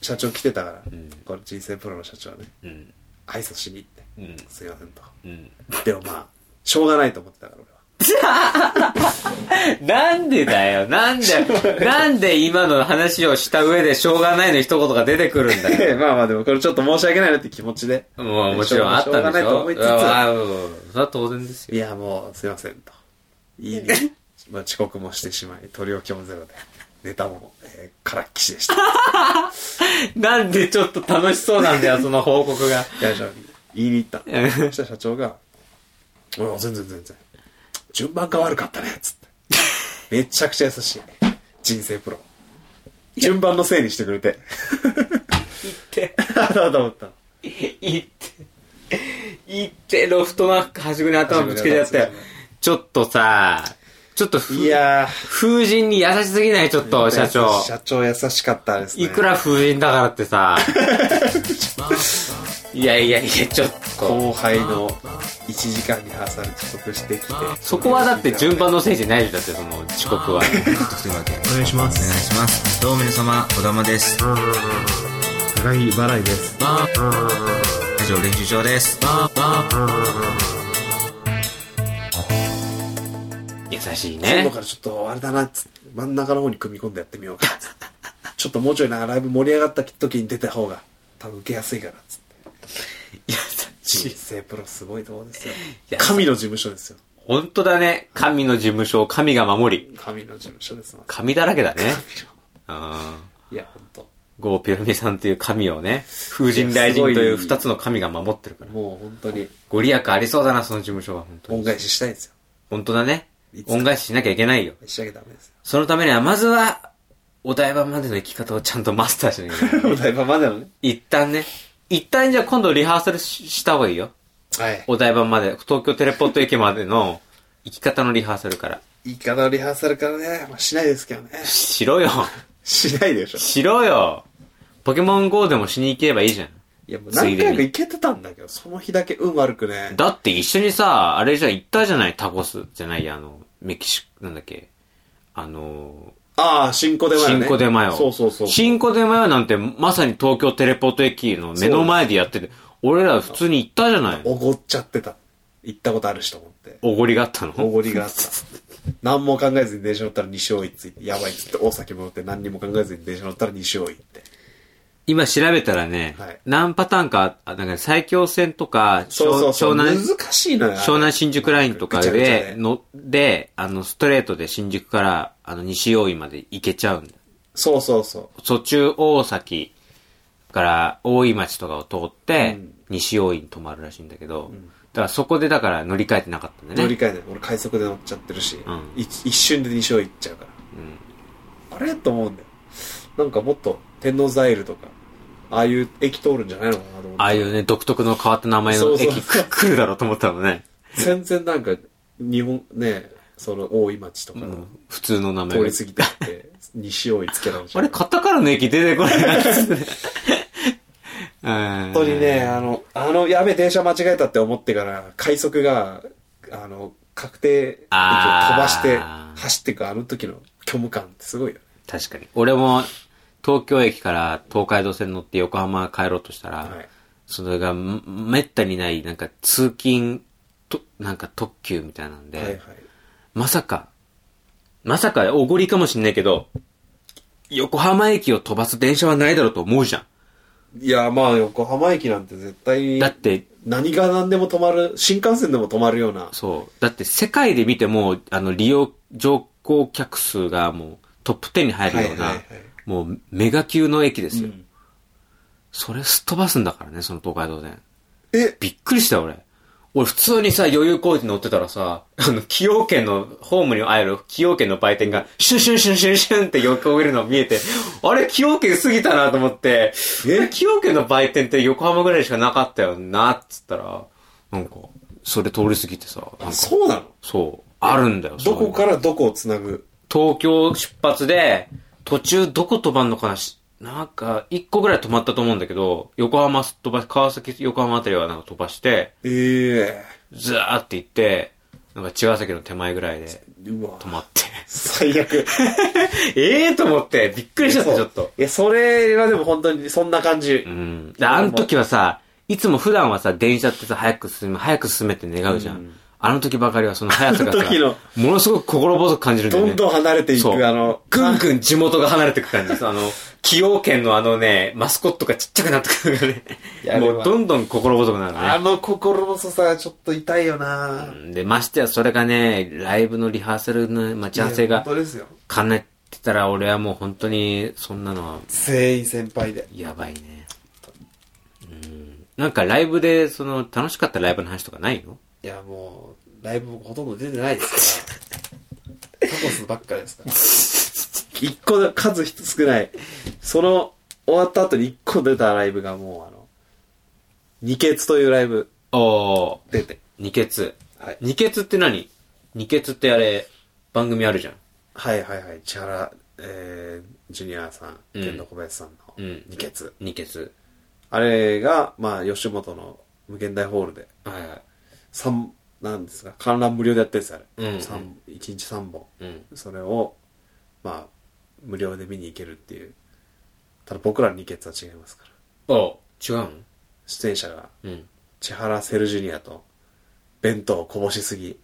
[SPEAKER 2] 社長来てたから、これ人生プロの社長ね、
[SPEAKER 1] うん。
[SPEAKER 2] 挨拶しに行って、
[SPEAKER 1] うん
[SPEAKER 2] すいませんと。
[SPEAKER 1] うん。
[SPEAKER 2] でもまあ、しょうがないと思ってたから俺は。
[SPEAKER 1] なんでだよ。 なんで、なんで今の話をした上でしょうがないの一言が出てくるん だよ。
[SPEAKER 2] ええまあまあでもこれちょっと申し訳ないなって気持ちで。
[SPEAKER 1] もうもちろんあったんでし
[SPEAKER 2] しょ
[SPEAKER 1] ょ。
[SPEAKER 2] うがない
[SPEAKER 1] う
[SPEAKER 2] と
[SPEAKER 1] わ
[SPEAKER 2] 思い
[SPEAKER 1] あうんそれは当然です
[SPEAKER 2] つつ。い
[SPEAKER 1] よ。
[SPEAKER 2] やもうすいませんと。いいね。 まあ遅刻もしてしまい、取り置きもゼロで。ネタも、えー、からっきしでした。
[SPEAKER 1] なんでちょっと楽しそうなんだ よ、その報告が。
[SPEAKER 2] いや、じゃあ言いに行ったの。そしたら社長が、うん、全然全然。順番が悪かったね、つって。め ちゃくちゃ優しい。人生プロ。順番のせいにしてくれて。
[SPEAKER 1] て、
[SPEAKER 2] あと思った。
[SPEAKER 1] 行って、行って、ロフトの端っこに頭ぶつけちゃったよ
[SPEAKER 2] 端っこに頭ぶつけちゃっ。
[SPEAKER 1] ちょっとさ、ちょっとふ
[SPEAKER 2] いやー。
[SPEAKER 1] 風神に優しすぎないちょっと、社長。
[SPEAKER 2] 社長優しかったですね。
[SPEAKER 1] いくら風神だからって さ。いやいやいや、ちょっと。
[SPEAKER 2] 後輩の1時間に挟まれ遅刻してきて。
[SPEAKER 1] そこはだって順番のせいじゃないでしょだって、その遅刻は。
[SPEAKER 3] というわけで
[SPEAKER 2] お願いしま
[SPEAKER 3] お願い。しますどうも皆様小玉です
[SPEAKER 2] 高木払いです。
[SPEAKER 3] 以上練習場です
[SPEAKER 1] 優しい
[SPEAKER 2] 今度
[SPEAKER 1] ね
[SPEAKER 2] か。らちょっとあれだなっつって、真ん中の方に組み込んでやってみようかっつって。 ちょっともうちょいなんかライブ盛り上がった時に出た方が多分受けやすいからっつって。
[SPEAKER 1] 優し
[SPEAKER 2] 人
[SPEAKER 1] い。
[SPEAKER 2] 生プロすごいとこですよ
[SPEAKER 1] い。や
[SPEAKER 2] 神の事務所ですよ。
[SPEAKER 1] 本当だね。神の事務所を神が守り。
[SPEAKER 2] 神の事務所です。
[SPEAKER 1] 神だらけだ ね。うん。
[SPEAKER 2] いや、ほんと。
[SPEAKER 1] ゴーピョルミさんという神をね、風神雷神という二つの神が守ってるから。
[SPEAKER 2] もう本当に
[SPEAKER 1] ご利益ありそうだな、その事務所は。本当に
[SPEAKER 2] 恩返ししたいんですよ。
[SPEAKER 1] 本当だね
[SPEAKER 2] い。つか
[SPEAKER 1] 恩返ししなきゃいけないよ。
[SPEAKER 2] しなきゃダメですよ。
[SPEAKER 1] そのためには、まずは、お台場までの行き方をちゃんとマスターしなきゃいけ ない。
[SPEAKER 2] お台場までのね。
[SPEAKER 1] 一旦ね。一旦じゃあ今度リハーサルしした方がいいよ。
[SPEAKER 2] はい。
[SPEAKER 1] お台場まで、東京テレポート駅までの行き方のリハーサルから。
[SPEAKER 2] 言い方のリハーサルからね、まあ、しないですけどね。
[SPEAKER 1] しろよ。
[SPEAKER 2] しないでしょ。
[SPEAKER 1] しろよ。ポケモン GO でもしに行けばいいじゃん。
[SPEAKER 2] いや、もう
[SPEAKER 1] つい
[SPEAKER 2] 何
[SPEAKER 1] でに
[SPEAKER 2] 回か行けてたんだけど、その日だけ運悪くね。
[SPEAKER 1] だって一緒にさ、あれじゃ行ったじゃない、タコスじゃないや、あの、メキシコ、なんだっけ。あの
[SPEAKER 2] ああ、新小出
[SPEAKER 1] ー、
[SPEAKER 2] 前ね。
[SPEAKER 1] 新小出マヨ。
[SPEAKER 2] そうそうそう。
[SPEAKER 1] 新小出マヨなんてまさに東京テレポート駅の目の前でやってて、俺ら普通に行ったじゃない。
[SPEAKER 2] おごっちゃってた。行ったことあるしと思って。
[SPEAKER 1] おごりがあった
[SPEAKER 2] お
[SPEAKER 1] の
[SPEAKER 2] ごりがあった。何も考えずに電車乗ったら西大井ついて、やばいっつって大崎戻って何にも考えずに電車乗ったら西大井って。
[SPEAKER 1] 今調べたらね、
[SPEAKER 2] はい
[SPEAKER 1] 何パターンか、あなんか最強線とか、
[SPEAKER 2] そうそうそう。
[SPEAKER 1] 湘南、
[SPEAKER 2] 難しいのよ。
[SPEAKER 1] 湘南新宿ラインとか
[SPEAKER 2] ぐちゃぐちゃで
[SPEAKER 1] で、の、で、あの、ストレートで新宿から、あの、西大井まで行けちゃうんだ。
[SPEAKER 2] そうそうそ
[SPEAKER 1] 途中大崎から大井町とかを通って、
[SPEAKER 2] うん
[SPEAKER 1] 西大井に泊まるらしいんだけど、だからそこでだから乗り換えてなかったんだ
[SPEAKER 2] う。
[SPEAKER 1] ね。
[SPEAKER 2] 乗り換えない。俺快速で乗っちゃってるし、
[SPEAKER 1] ん
[SPEAKER 2] い一瞬で西大井行っちゃうから。
[SPEAKER 1] うん
[SPEAKER 2] あれと思うんだよ。なんかもっと天王ザイルとか、ああいう駅通るんじゃないのかなと思って。
[SPEAKER 1] ああいうね、独特の変わった名前の駅
[SPEAKER 2] そうそう そう
[SPEAKER 1] く来るだろうと思ったのね。
[SPEAKER 2] 全然なんか、日本、ね、その大井町とかの
[SPEAKER 1] 普通の名前
[SPEAKER 2] 通
[SPEAKER 1] が
[SPEAKER 2] り過ぎてって、西大井つけられちゃ
[SPEAKER 1] あ
[SPEAKER 2] う。
[SPEAKER 1] れ、カタカナの駅出て こないなっつってね。本
[SPEAKER 2] 本当にね、あの、あの、やべえ、電車間違えたって思ってから、快速が、あの、確定駅を飛ばして、
[SPEAKER 1] あー
[SPEAKER 2] 走っていくあの時の虚無感ってすごいよね。
[SPEAKER 1] 確かに。俺も、東京駅から東海道線乗って横浜帰ろうとしたら、
[SPEAKER 2] はい
[SPEAKER 1] それがめ、めったにない、なんか通勤、と、なんか特急みたいなんで、
[SPEAKER 2] はいはい。
[SPEAKER 1] まさか、まさかおごりかもしんないけど、横浜駅を飛ばす電車はないだろうと思うじゃ
[SPEAKER 2] いや、まあ、横浜駅なんて絶対
[SPEAKER 1] ん。だ、って、
[SPEAKER 2] 何が何でも止まる、新幹線でも止まるような、
[SPEAKER 1] そう。だって世界で見ても、あの、利用、乗降客数がもうトップ10に入るような、
[SPEAKER 2] はいはいはい
[SPEAKER 1] もうメガ級の駅ですよ。
[SPEAKER 2] うん
[SPEAKER 1] それすっ飛ばすんだからね、その東海道線。
[SPEAKER 2] え
[SPEAKER 1] びっくりしたよ、俺。俺普通にさ、余裕工事乗ってたらさ、あの、崎陽軒の、ホームにある崎陽軒の売店が、シュンシュンシュンシュンシュンって横を見るの見えて、あれ、崎陽軒過ぎたなと思って、
[SPEAKER 2] え
[SPEAKER 1] え崎陽軒の売店って横浜ぐらいしかなかったよな、っつったら、なんか、それ通り過ぎてさ、なんか、
[SPEAKER 2] そうなの
[SPEAKER 1] そう、あるんだよ、
[SPEAKER 2] どこかららどこをつなぐ
[SPEAKER 1] 東京出発で、途中どこ飛ばんのかなし、なんか、一個ぐらい止まったと思うんだけど、横浜すっ飛ばし、川崎、横浜あたりはなんか飛ばして、
[SPEAKER 2] え
[SPEAKER 1] ずーって行って、なんか茅ヶ崎の手前ぐらいで
[SPEAKER 2] えうわ
[SPEAKER 1] 止まって。
[SPEAKER 2] 最悪
[SPEAKER 1] ええと思って、びっくりし ちゃった、ちょっと。
[SPEAKER 2] いやそれはでも本当にそんな感じ、
[SPEAKER 1] うん。で、あの時はさ、いつも普段はさ、電車ってさ、早く進め、早く進めって願うじゃん。あの時ばかりはその速さがさ
[SPEAKER 2] あの時の
[SPEAKER 1] ものすごく心細く感じるんだよ
[SPEAKER 2] ど
[SPEAKER 1] ね。
[SPEAKER 2] んどん離れていく
[SPEAKER 1] そう
[SPEAKER 2] あの
[SPEAKER 1] ぐんぐん地元が離れていく感じです。あの、崎陽軒のあのね、マスコットがちっちゃくなってくるから
[SPEAKER 2] や
[SPEAKER 1] ね。
[SPEAKER 2] れば
[SPEAKER 1] もうどんどん心細くなるね。
[SPEAKER 2] あの心細さちょっと痛いよな、
[SPEAKER 1] で、ましてやそれがね、ライブのリハーサルの待ち合わせ
[SPEAKER 2] いや
[SPEAKER 1] が
[SPEAKER 2] 本当ですよ
[SPEAKER 1] 兼ねてたら、俺はもう本当に、そんなのは、
[SPEAKER 2] 全員先輩で
[SPEAKER 1] やばいね。うん。なんかライブで、その、楽しかったライブの話とかないの
[SPEAKER 2] いやもうライブほとんど出てないです からタコスばっかですから一個数少ないその終わった後に1個出たライブがもうあの、二血というライブ
[SPEAKER 1] おー、
[SPEAKER 2] 出て。
[SPEAKER 1] 二血。
[SPEAKER 2] はい。
[SPEAKER 1] 二血って何二血ってあれ、番組あるじゃん。
[SPEAKER 2] はいはいはい。千原、えー、ジュニアさん、
[SPEAKER 1] うん
[SPEAKER 2] 天の小林さん
[SPEAKER 1] う
[SPEAKER 2] の
[SPEAKER 1] ん
[SPEAKER 2] 二血。
[SPEAKER 1] 二血。
[SPEAKER 2] あれが、まあ、吉本の無限大ホールで、
[SPEAKER 1] はいはい。
[SPEAKER 2] 三、なんですか、観覧無料でやってるんですよ、あ
[SPEAKER 1] うんうん
[SPEAKER 2] れ。三一日三本。
[SPEAKER 1] うん。
[SPEAKER 2] それを、まあ、無料で見に行けるっていう。ただ僕らの二血は違いますから。
[SPEAKER 1] お違うの
[SPEAKER 2] 出演者が、
[SPEAKER 1] うん。
[SPEAKER 2] 千原セルジュニアと、弁当をこぼしすぎ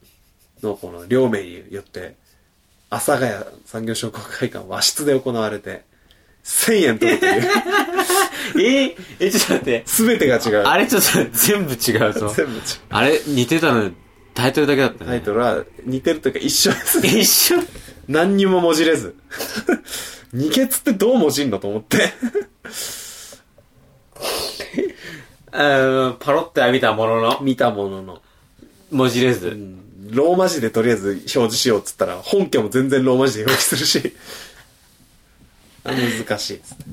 [SPEAKER 2] のこの両名によって、阿佐ヶ谷産業商工会館和室で行われて、1000円取るという、
[SPEAKER 1] えー、え、ちょっと待って。
[SPEAKER 2] すべてが違う。
[SPEAKER 1] あれちょっと全部違う ぞ。
[SPEAKER 2] 全部違う。
[SPEAKER 1] あれ、似てたの、タイトルだけだったね。
[SPEAKER 2] タイトルは似てるというか一緒ですね。
[SPEAKER 1] 一緒
[SPEAKER 2] 何にももじれず。二血ってどうもじんのと思って。
[SPEAKER 1] うん、パロっては見たものの、
[SPEAKER 2] 見たものの。
[SPEAKER 1] 文字れ
[SPEAKER 2] う
[SPEAKER 1] ず。
[SPEAKER 2] んローマ字でとりあえず表示しようっつったら、本家も全然ローマ字で表記するし。難しいですね。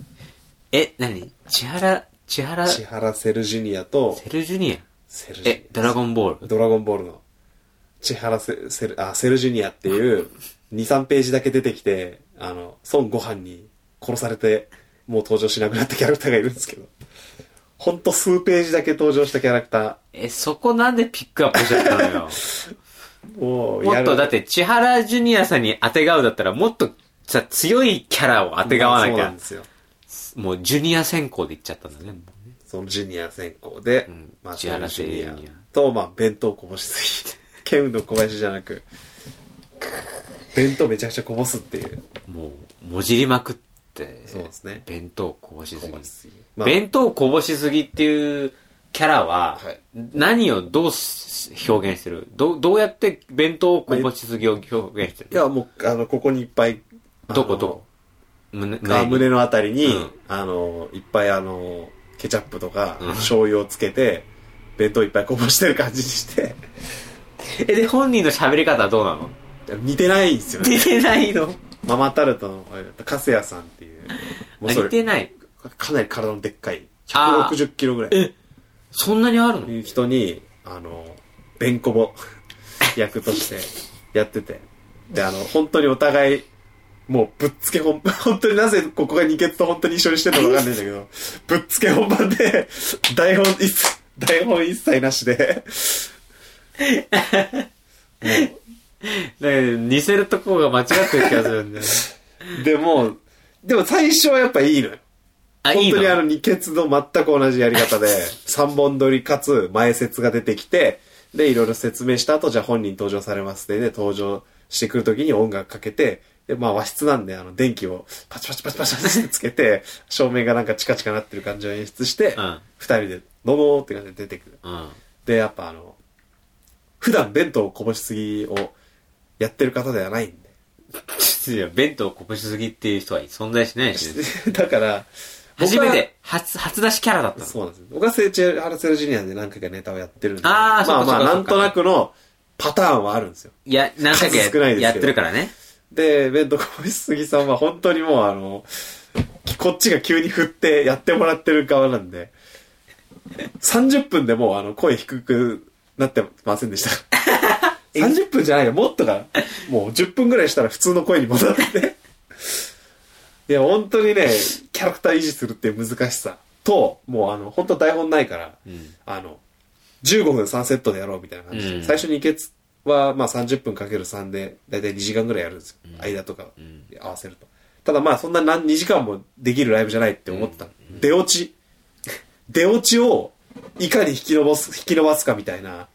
[SPEAKER 1] え、なに千原、千原、
[SPEAKER 2] 千
[SPEAKER 1] セ
[SPEAKER 2] 原セルジュニアと、
[SPEAKER 1] ルジュニ
[SPEAKER 2] セル
[SPEAKER 1] ア。え、ドラゴ
[SPEAKER 2] ン。
[SPEAKER 1] ンボール。
[SPEAKER 2] ドラゴンボールの、千原セセル、あ、セルジュニアっていう、2、3ページだけ出てきて、あの、孫悟飯に殺されて、もう登場しなくなったキャラクターがいるんですけど、ほんと数ページだけ登場したキャラクタ
[SPEAKER 1] え、そこなんでピックアップしちゃった のよ。
[SPEAKER 2] ーを
[SPEAKER 1] も
[SPEAKER 2] や
[SPEAKER 1] っ
[SPEAKER 2] る。
[SPEAKER 1] とだって、千原ジュニアさんに当てがうだったら、もっとさ、強いキャラを当てがわな
[SPEAKER 2] そう
[SPEAKER 1] き
[SPEAKER 2] なん
[SPEAKER 1] ゃ
[SPEAKER 2] で。すよ。
[SPEAKER 1] もう、ジュニア選考でいっちゃったんだね。もうね
[SPEAKER 2] そのジュニア選考で、
[SPEAKER 1] ん
[SPEAKER 2] まあ、
[SPEAKER 1] 千
[SPEAKER 2] 千原
[SPEAKER 1] 原
[SPEAKER 2] ジ
[SPEAKER 1] セルジュニア
[SPEAKER 2] ュニアと、まあ、弁当こぼしすぎて、 ケウンの小林じゃなく、弁当めちゃくちゃこぼすっていう。
[SPEAKER 1] もう、もじりまくって。
[SPEAKER 2] そうですね
[SPEAKER 1] 弁当をこぼしすぎ。
[SPEAKER 2] まあ
[SPEAKER 1] 弁当をこぼしすぎっていうキャラは、
[SPEAKER 2] はい
[SPEAKER 1] 何をどうし表現してるどうどうやって弁当をこぼしすぎを表現して
[SPEAKER 2] い
[SPEAKER 1] る、
[SPEAKER 2] や、もう、あの、ここにいっぱい、あの
[SPEAKER 1] どこどこ胸
[SPEAKER 2] あ胸のあたりに、
[SPEAKER 1] うん
[SPEAKER 2] あの、いっぱいあの、ケチャップとか、
[SPEAKER 1] うん
[SPEAKER 2] 醤油をつけて、弁当いっぱいこぼしてる感じにして、
[SPEAKER 1] え、で、本人の喋り方はどうなの
[SPEAKER 2] 似てないんですよね。
[SPEAKER 1] 似てないの
[SPEAKER 2] ママタルトの、カセヤさんっていう、もうそ
[SPEAKER 1] 似て
[SPEAKER 2] れ、
[SPEAKER 1] ない。
[SPEAKER 2] かなり体のでっかい、
[SPEAKER 1] あー
[SPEAKER 2] 160キロぐらい。
[SPEAKER 1] え、そんなにあるの
[SPEAKER 2] いう人に、あの、ベンコボ 役としてやってて。で、あの、本当にお互い、もうぶっつけ本、 本当になぜここが二血と本当に一緒にしてるのかわかんないんだけど、ぶっつけ本番で、台本一切、台本一切なしで、
[SPEAKER 1] ね似せるとこが間違ってる気がするんだよね。
[SPEAKER 2] でもう、でも最初はやっぱいいのよ。
[SPEAKER 1] あ、い
[SPEAKER 2] 本
[SPEAKER 1] い
[SPEAKER 2] 当にあ
[SPEAKER 1] の
[SPEAKER 2] の二血の全く同じやり 方で、三本撮りかつ前説が出てきて、で、いろいろ説明した後、じゃあ本人登場されますで、で、登場してくるときに音楽かけて、で、まあ和室なんで、あの、電気をパチパチパチパチパチってつ けて、照明がなんかチカチカなってる感じを演出して
[SPEAKER 1] うん、
[SPEAKER 2] 二、人で、どうもーって感じで出てくる。
[SPEAKER 1] うん。
[SPEAKER 2] で、やっぱあの、普段弁当をこぼしすぎをやってる方ではないんで、
[SPEAKER 1] いや、弁当をこぼしすぎっていう人は存在しないしね、
[SPEAKER 2] だから、
[SPEAKER 1] 初め
[SPEAKER 2] 僕は
[SPEAKER 1] て、初、初出しキャラだったの。
[SPEAKER 2] そうなんですよ。僕は聖地原セルジュニアで何回かネタをやってるんで。
[SPEAKER 1] あー
[SPEAKER 2] ま
[SPEAKER 1] そ
[SPEAKER 2] あ
[SPEAKER 1] っかそっ
[SPEAKER 2] ま
[SPEAKER 1] か
[SPEAKER 2] あ、な
[SPEAKER 1] そっ
[SPEAKER 2] ん
[SPEAKER 1] か
[SPEAKER 2] となくのパターンはあるんですよ。
[SPEAKER 1] いや、何回かや
[SPEAKER 2] 数少ないですけど
[SPEAKER 1] やってるからね。
[SPEAKER 2] で、ベント小石杉さんは本当にもうあの、こっちが急に振ってやってもらってる側なんで、30分でもうあの、声低くなってません でした。30分じゃないよ、もっとかな。もう10分ぐらいしたら普通の声に戻って。いや、本当にね、キャラクター維持するっていう難しさと、もうあの、本当台本ないから、
[SPEAKER 1] うん。
[SPEAKER 2] あの、15分3セットでやろうみたいな感じで、
[SPEAKER 1] うん
[SPEAKER 2] 最初にケツは、まあ30分かける3で、だいたい2時間ぐらいやるんですよ。間とか
[SPEAKER 1] ん
[SPEAKER 2] 合わせると。ただまあそんな何2時間もできるライブじゃないって思ってたの。出落ち。出落ちをいかに引き伸ばす、引き伸ばすかみたいな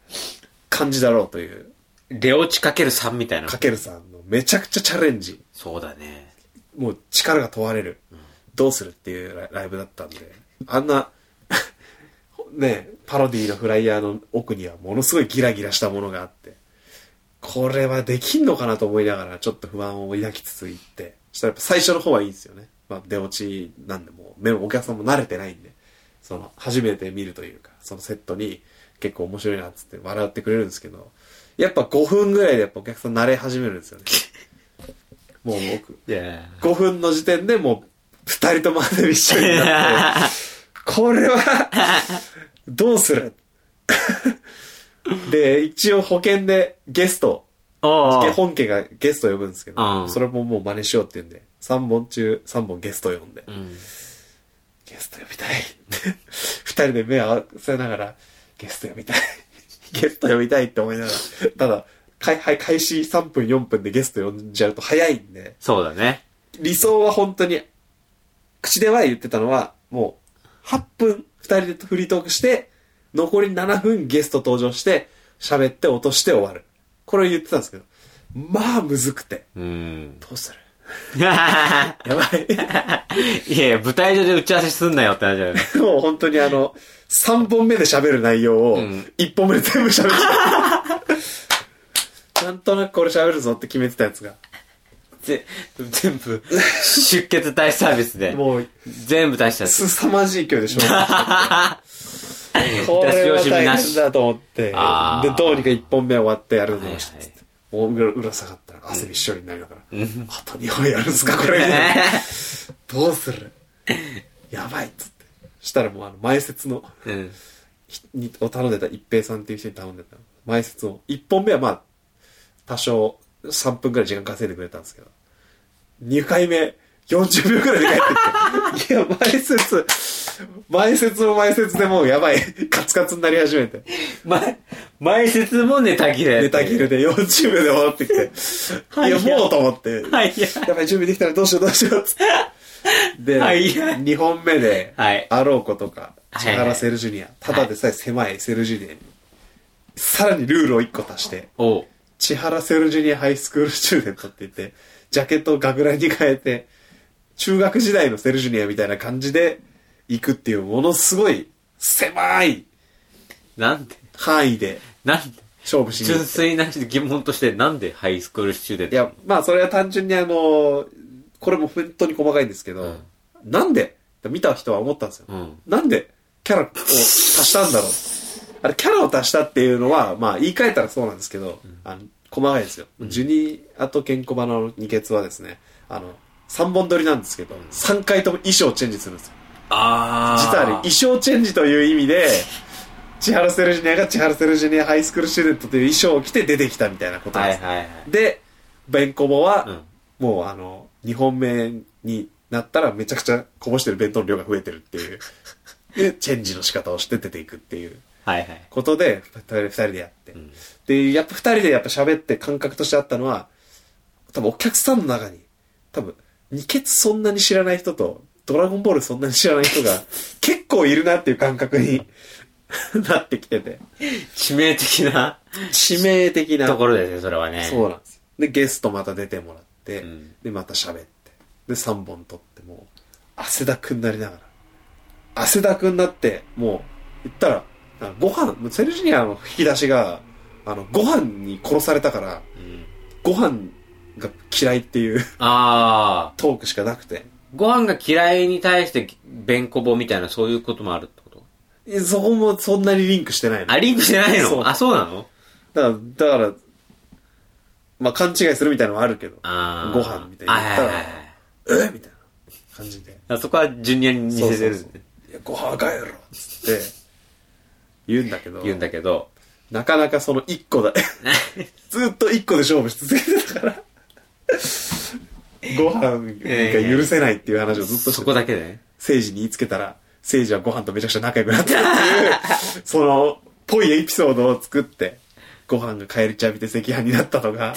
[SPEAKER 2] 感じだろうという、
[SPEAKER 1] 出落ちかける3みたいな。
[SPEAKER 2] かけるさんのめちゃくちゃチャレンジ。
[SPEAKER 1] そうだね。
[SPEAKER 2] もう力が問われる。どうするっていうラライブだったんで、あんな、 ね、パロディのフライヤーの奥にはものすごいギラギラしたものがあって、これはできんのかなと思いながらちょっと不安を抱きつつ行って、そしたらやっぱ最初の方はいいんですよね。まあ出落ちなんでもう、目もお客さんも慣れてないんで、その初めて見るというか、そのセットに結構面白いなっつって笑ってくれるんですけど、やっぱ5分ぐらいでやっぱお客さん慣れ始めるんですよね。もう僕、
[SPEAKER 1] いや
[SPEAKER 2] 5分の時点でもう二人とも汗びっしょりになって、 これは、どうするで、一応保険でゲスト、
[SPEAKER 1] ああ。
[SPEAKER 2] 本家がゲスト呼ぶんですけ
[SPEAKER 1] あ
[SPEAKER 2] ど、
[SPEAKER 1] あ
[SPEAKER 2] それももう真似しようって言うんで、3本中3本ゲスト呼んで、
[SPEAKER 1] うん。
[SPEAKER 2] ゲスト呼びたい。二人で目を合わせながら、ゲスト呼びたい。ゲスト呼びたいって思いながら、ただ、かいはい開始3分4分でゲスト呼んじゃうと早いんで、
[SPEAKER 1] そうだね。
[SPEAKER 2] 理想は本当に、口では言ってたのは、もう、8分2人でフリートークして、残り7分ゲスト登場して、喋って落として終わる。これを言ってたんですけど、まあ、むずくて。
[SPEAKER 1] うん。
[SPEAKER 2] どうする
[SPEAKER 1] いや
[SPEAKER 2] やば い。
[SPEAKER 1] いや、舞台上で打ち合わせすんなよって話だよね。
[SPEAKER 2] もう本当にあの、3本目で喋る内容を、
[SPEAKER 1] うん
[SPEAKER 2] 1本目で全部喋っちゃった。 なんとなくこれ喋るぞって決めてたや つが、
[SPEAKER 1] ぜ全部、出血大サービスで。
[SPEAKER 2] もう、
[SPEAKER 1] 全部出しちゃった。
[SPEAKER 2] 凄まじい勢い で消化してこれは大変だと思って。で
[SPEAKER 1] あー、
[SPEAKER 2] どうにか1本目終わってやるのをして
[SPEAKER 1] はいはい
[SPEAKER 2] もううらうら下がったら汗びっしょりになりながら、あと2本やるんす か、これみたいな。どうするやばいっつって。したらもうあの、前説の、
[SPEAKER 1] うん。
[SPEAKER 2] ひにを頼んでた一平さんっていう人に頼んでたの前説を1本目はまあ多少3分くらい時間稼いでくれたんですけど2回目40秒くらいで帰ってきて いや前説前説も前説でもうやばいカツカツになり始めて
[SPEAKER 1] ま、前説もネタ切れ。
[SPEAKER 2] ネタ切れ。で40秒で戻ってきていやもうと思って
[SPEAKER 1] はいや。
[SPEAKER 2] やばい、準備できたらどうしようどうしようっつって。で、
[SPEAKER 1] はい
[SPEAKER 2] 2本目で
[SPEAKER 1] はい、
[SPEAKER 2] アローコとか、
[SPEAKER 1] はい
[SPEAKER 2] 千原セルジュニア、ただでさえ狭いセルジュニアに、さらにルールを1個足して、
[SPEAKER 1] おう。
[SPEAKER 2] 千原セルジュニアハイスクールスチューデントって言って、ジャケットを学ランに変えて、中学時代のセルジュニアみたいな感じで行くっていう、ものすごい狭い
[SPEAKER 1] なんで、
[SPEAKER 2] 範囲で
[SPEAKER 1] なんで、
[SPEAKER 2] 勝負しに行って
[SPEAKER 1] 純粋な疑問としてなんでハイスクールシューデン
[SPEAKER 2] い
[SPEAKER 1] ト
[SPEAKER 2] や、まあ、それは単純にあの、これも本当に細かいんですけど、
[SPEAKER 1] うん
[SPEAKER 2] なんで見た人は思ったんですよ。
[SPEAKER 1] うん
[SPEAKER 2] なんでキャラを足したんだろう。あれ、キャラを足したっていうのは、まあ、言い換えたらそうなんですけど、あの、細かいですよ。ジュニアとケンコバの二ケツはですね、あの、三本撮りなんですけど、三回とも衣装をチェンジするんですよ。
[SPEAKER 1] あ
[SPEAKER 2] 実はあれ、衣装チェンジという意味で、千原セルジュニアが千原セルジュニアハイスクールシューデントという衣装を着て出てきたみたいなことなん
[SPEAKER 1] は
[SPEAKER 2] で
[SPEAKER 1] い
[SPEAKER 2] す。
[SPEAKER 1] はいはい。
[SPEAKER 2] で、ベンコボは、
[SPEAKER 1] うん
[SPEAKER 2] もうあの、2本目になったらめちゃくちゃこぼしてる弁当の量が増えてるって いう。で、チェンジの仕方をして出ていくっていう
[SPEAKER 1] はいはい。
[SPEAKER 2] ことで、2人でやって。
[SPEAKER 1] ん
[SPEAKER 2] で、やっぱ2人でやっぱ喋って感覚としてあったのは、多分お客さんの中に、多分、二ケツそんなに知らない人と、ドラゴンボールそんなに知らない人 が結構いるなっていう感覚に なってきてて、
[SPEAKER 1] 致命的な
[SPEAKER 2] 致命的な。
[SPEAKER 1] ところですね、それはね。
[SPEAKER 2] そうなんですよ。で、ゲストまた出てもらって、
[SPEAKER 1] うん
[SPEAKER 2] で、また喋って、で、3本撮って、もう、汗だくになりながら。汗だくになって、もう、言ったら、あご飯、もうセルジュニアの引き出しが、あの、ご飯に殺されたから、
[SPEAKER 1] うん
[SPEAKER 2] ご飯が嫌いっていう
[SPEAKER 1] ああ。
[SPEAKER 2] トークしかなくて、
[SPEAKER 1] ご飯が嫌いに対して、べんこぼみたいな、そういうこともあるってこと
[SPEAKER 2] えそこもそんなにリンクしてないの。
[SPEAKER 1] あ、リンクしてない
[SPEAKER 2] そう
[SPEAKER 1] のあ、そうなの
[SPEAKER 2] だから、だから、まあ、勘違いするみたいなのはあるけど、
[SPEAKER 1] ああ。
[SPEAKER 2] ご飯みたいな
[SPEAKER 1] はいはいはいはい。
[SPEAKER 2] えみたいな感じで。
[SPEAKER 1] あそこはジュニアに似せてる
[SPEAKER 2] そうそうそういや、ご飯がやろっつって、言うんだけど、
[SPEAKER 1] 言うんだけど。
[SPEAKER 2] なかなかその一個だ、 ずっと一個で勝負し続けてたから、ご飯が許せないっていう話をずっとし
[SPEAKER 1] そ
[SPEAKER 2] て
[SPEAKER 1] こ
[SPEAKER 2] て、
[SPEAKER 1] だけでね。
[SPEAKER 2] 政治に言いつけたら、政治はご飯とめちゃくちゃ仲良くなったっていう、その、ぽいエピソードを作って、ご飯が帰りちゃびて赤飯になった とか、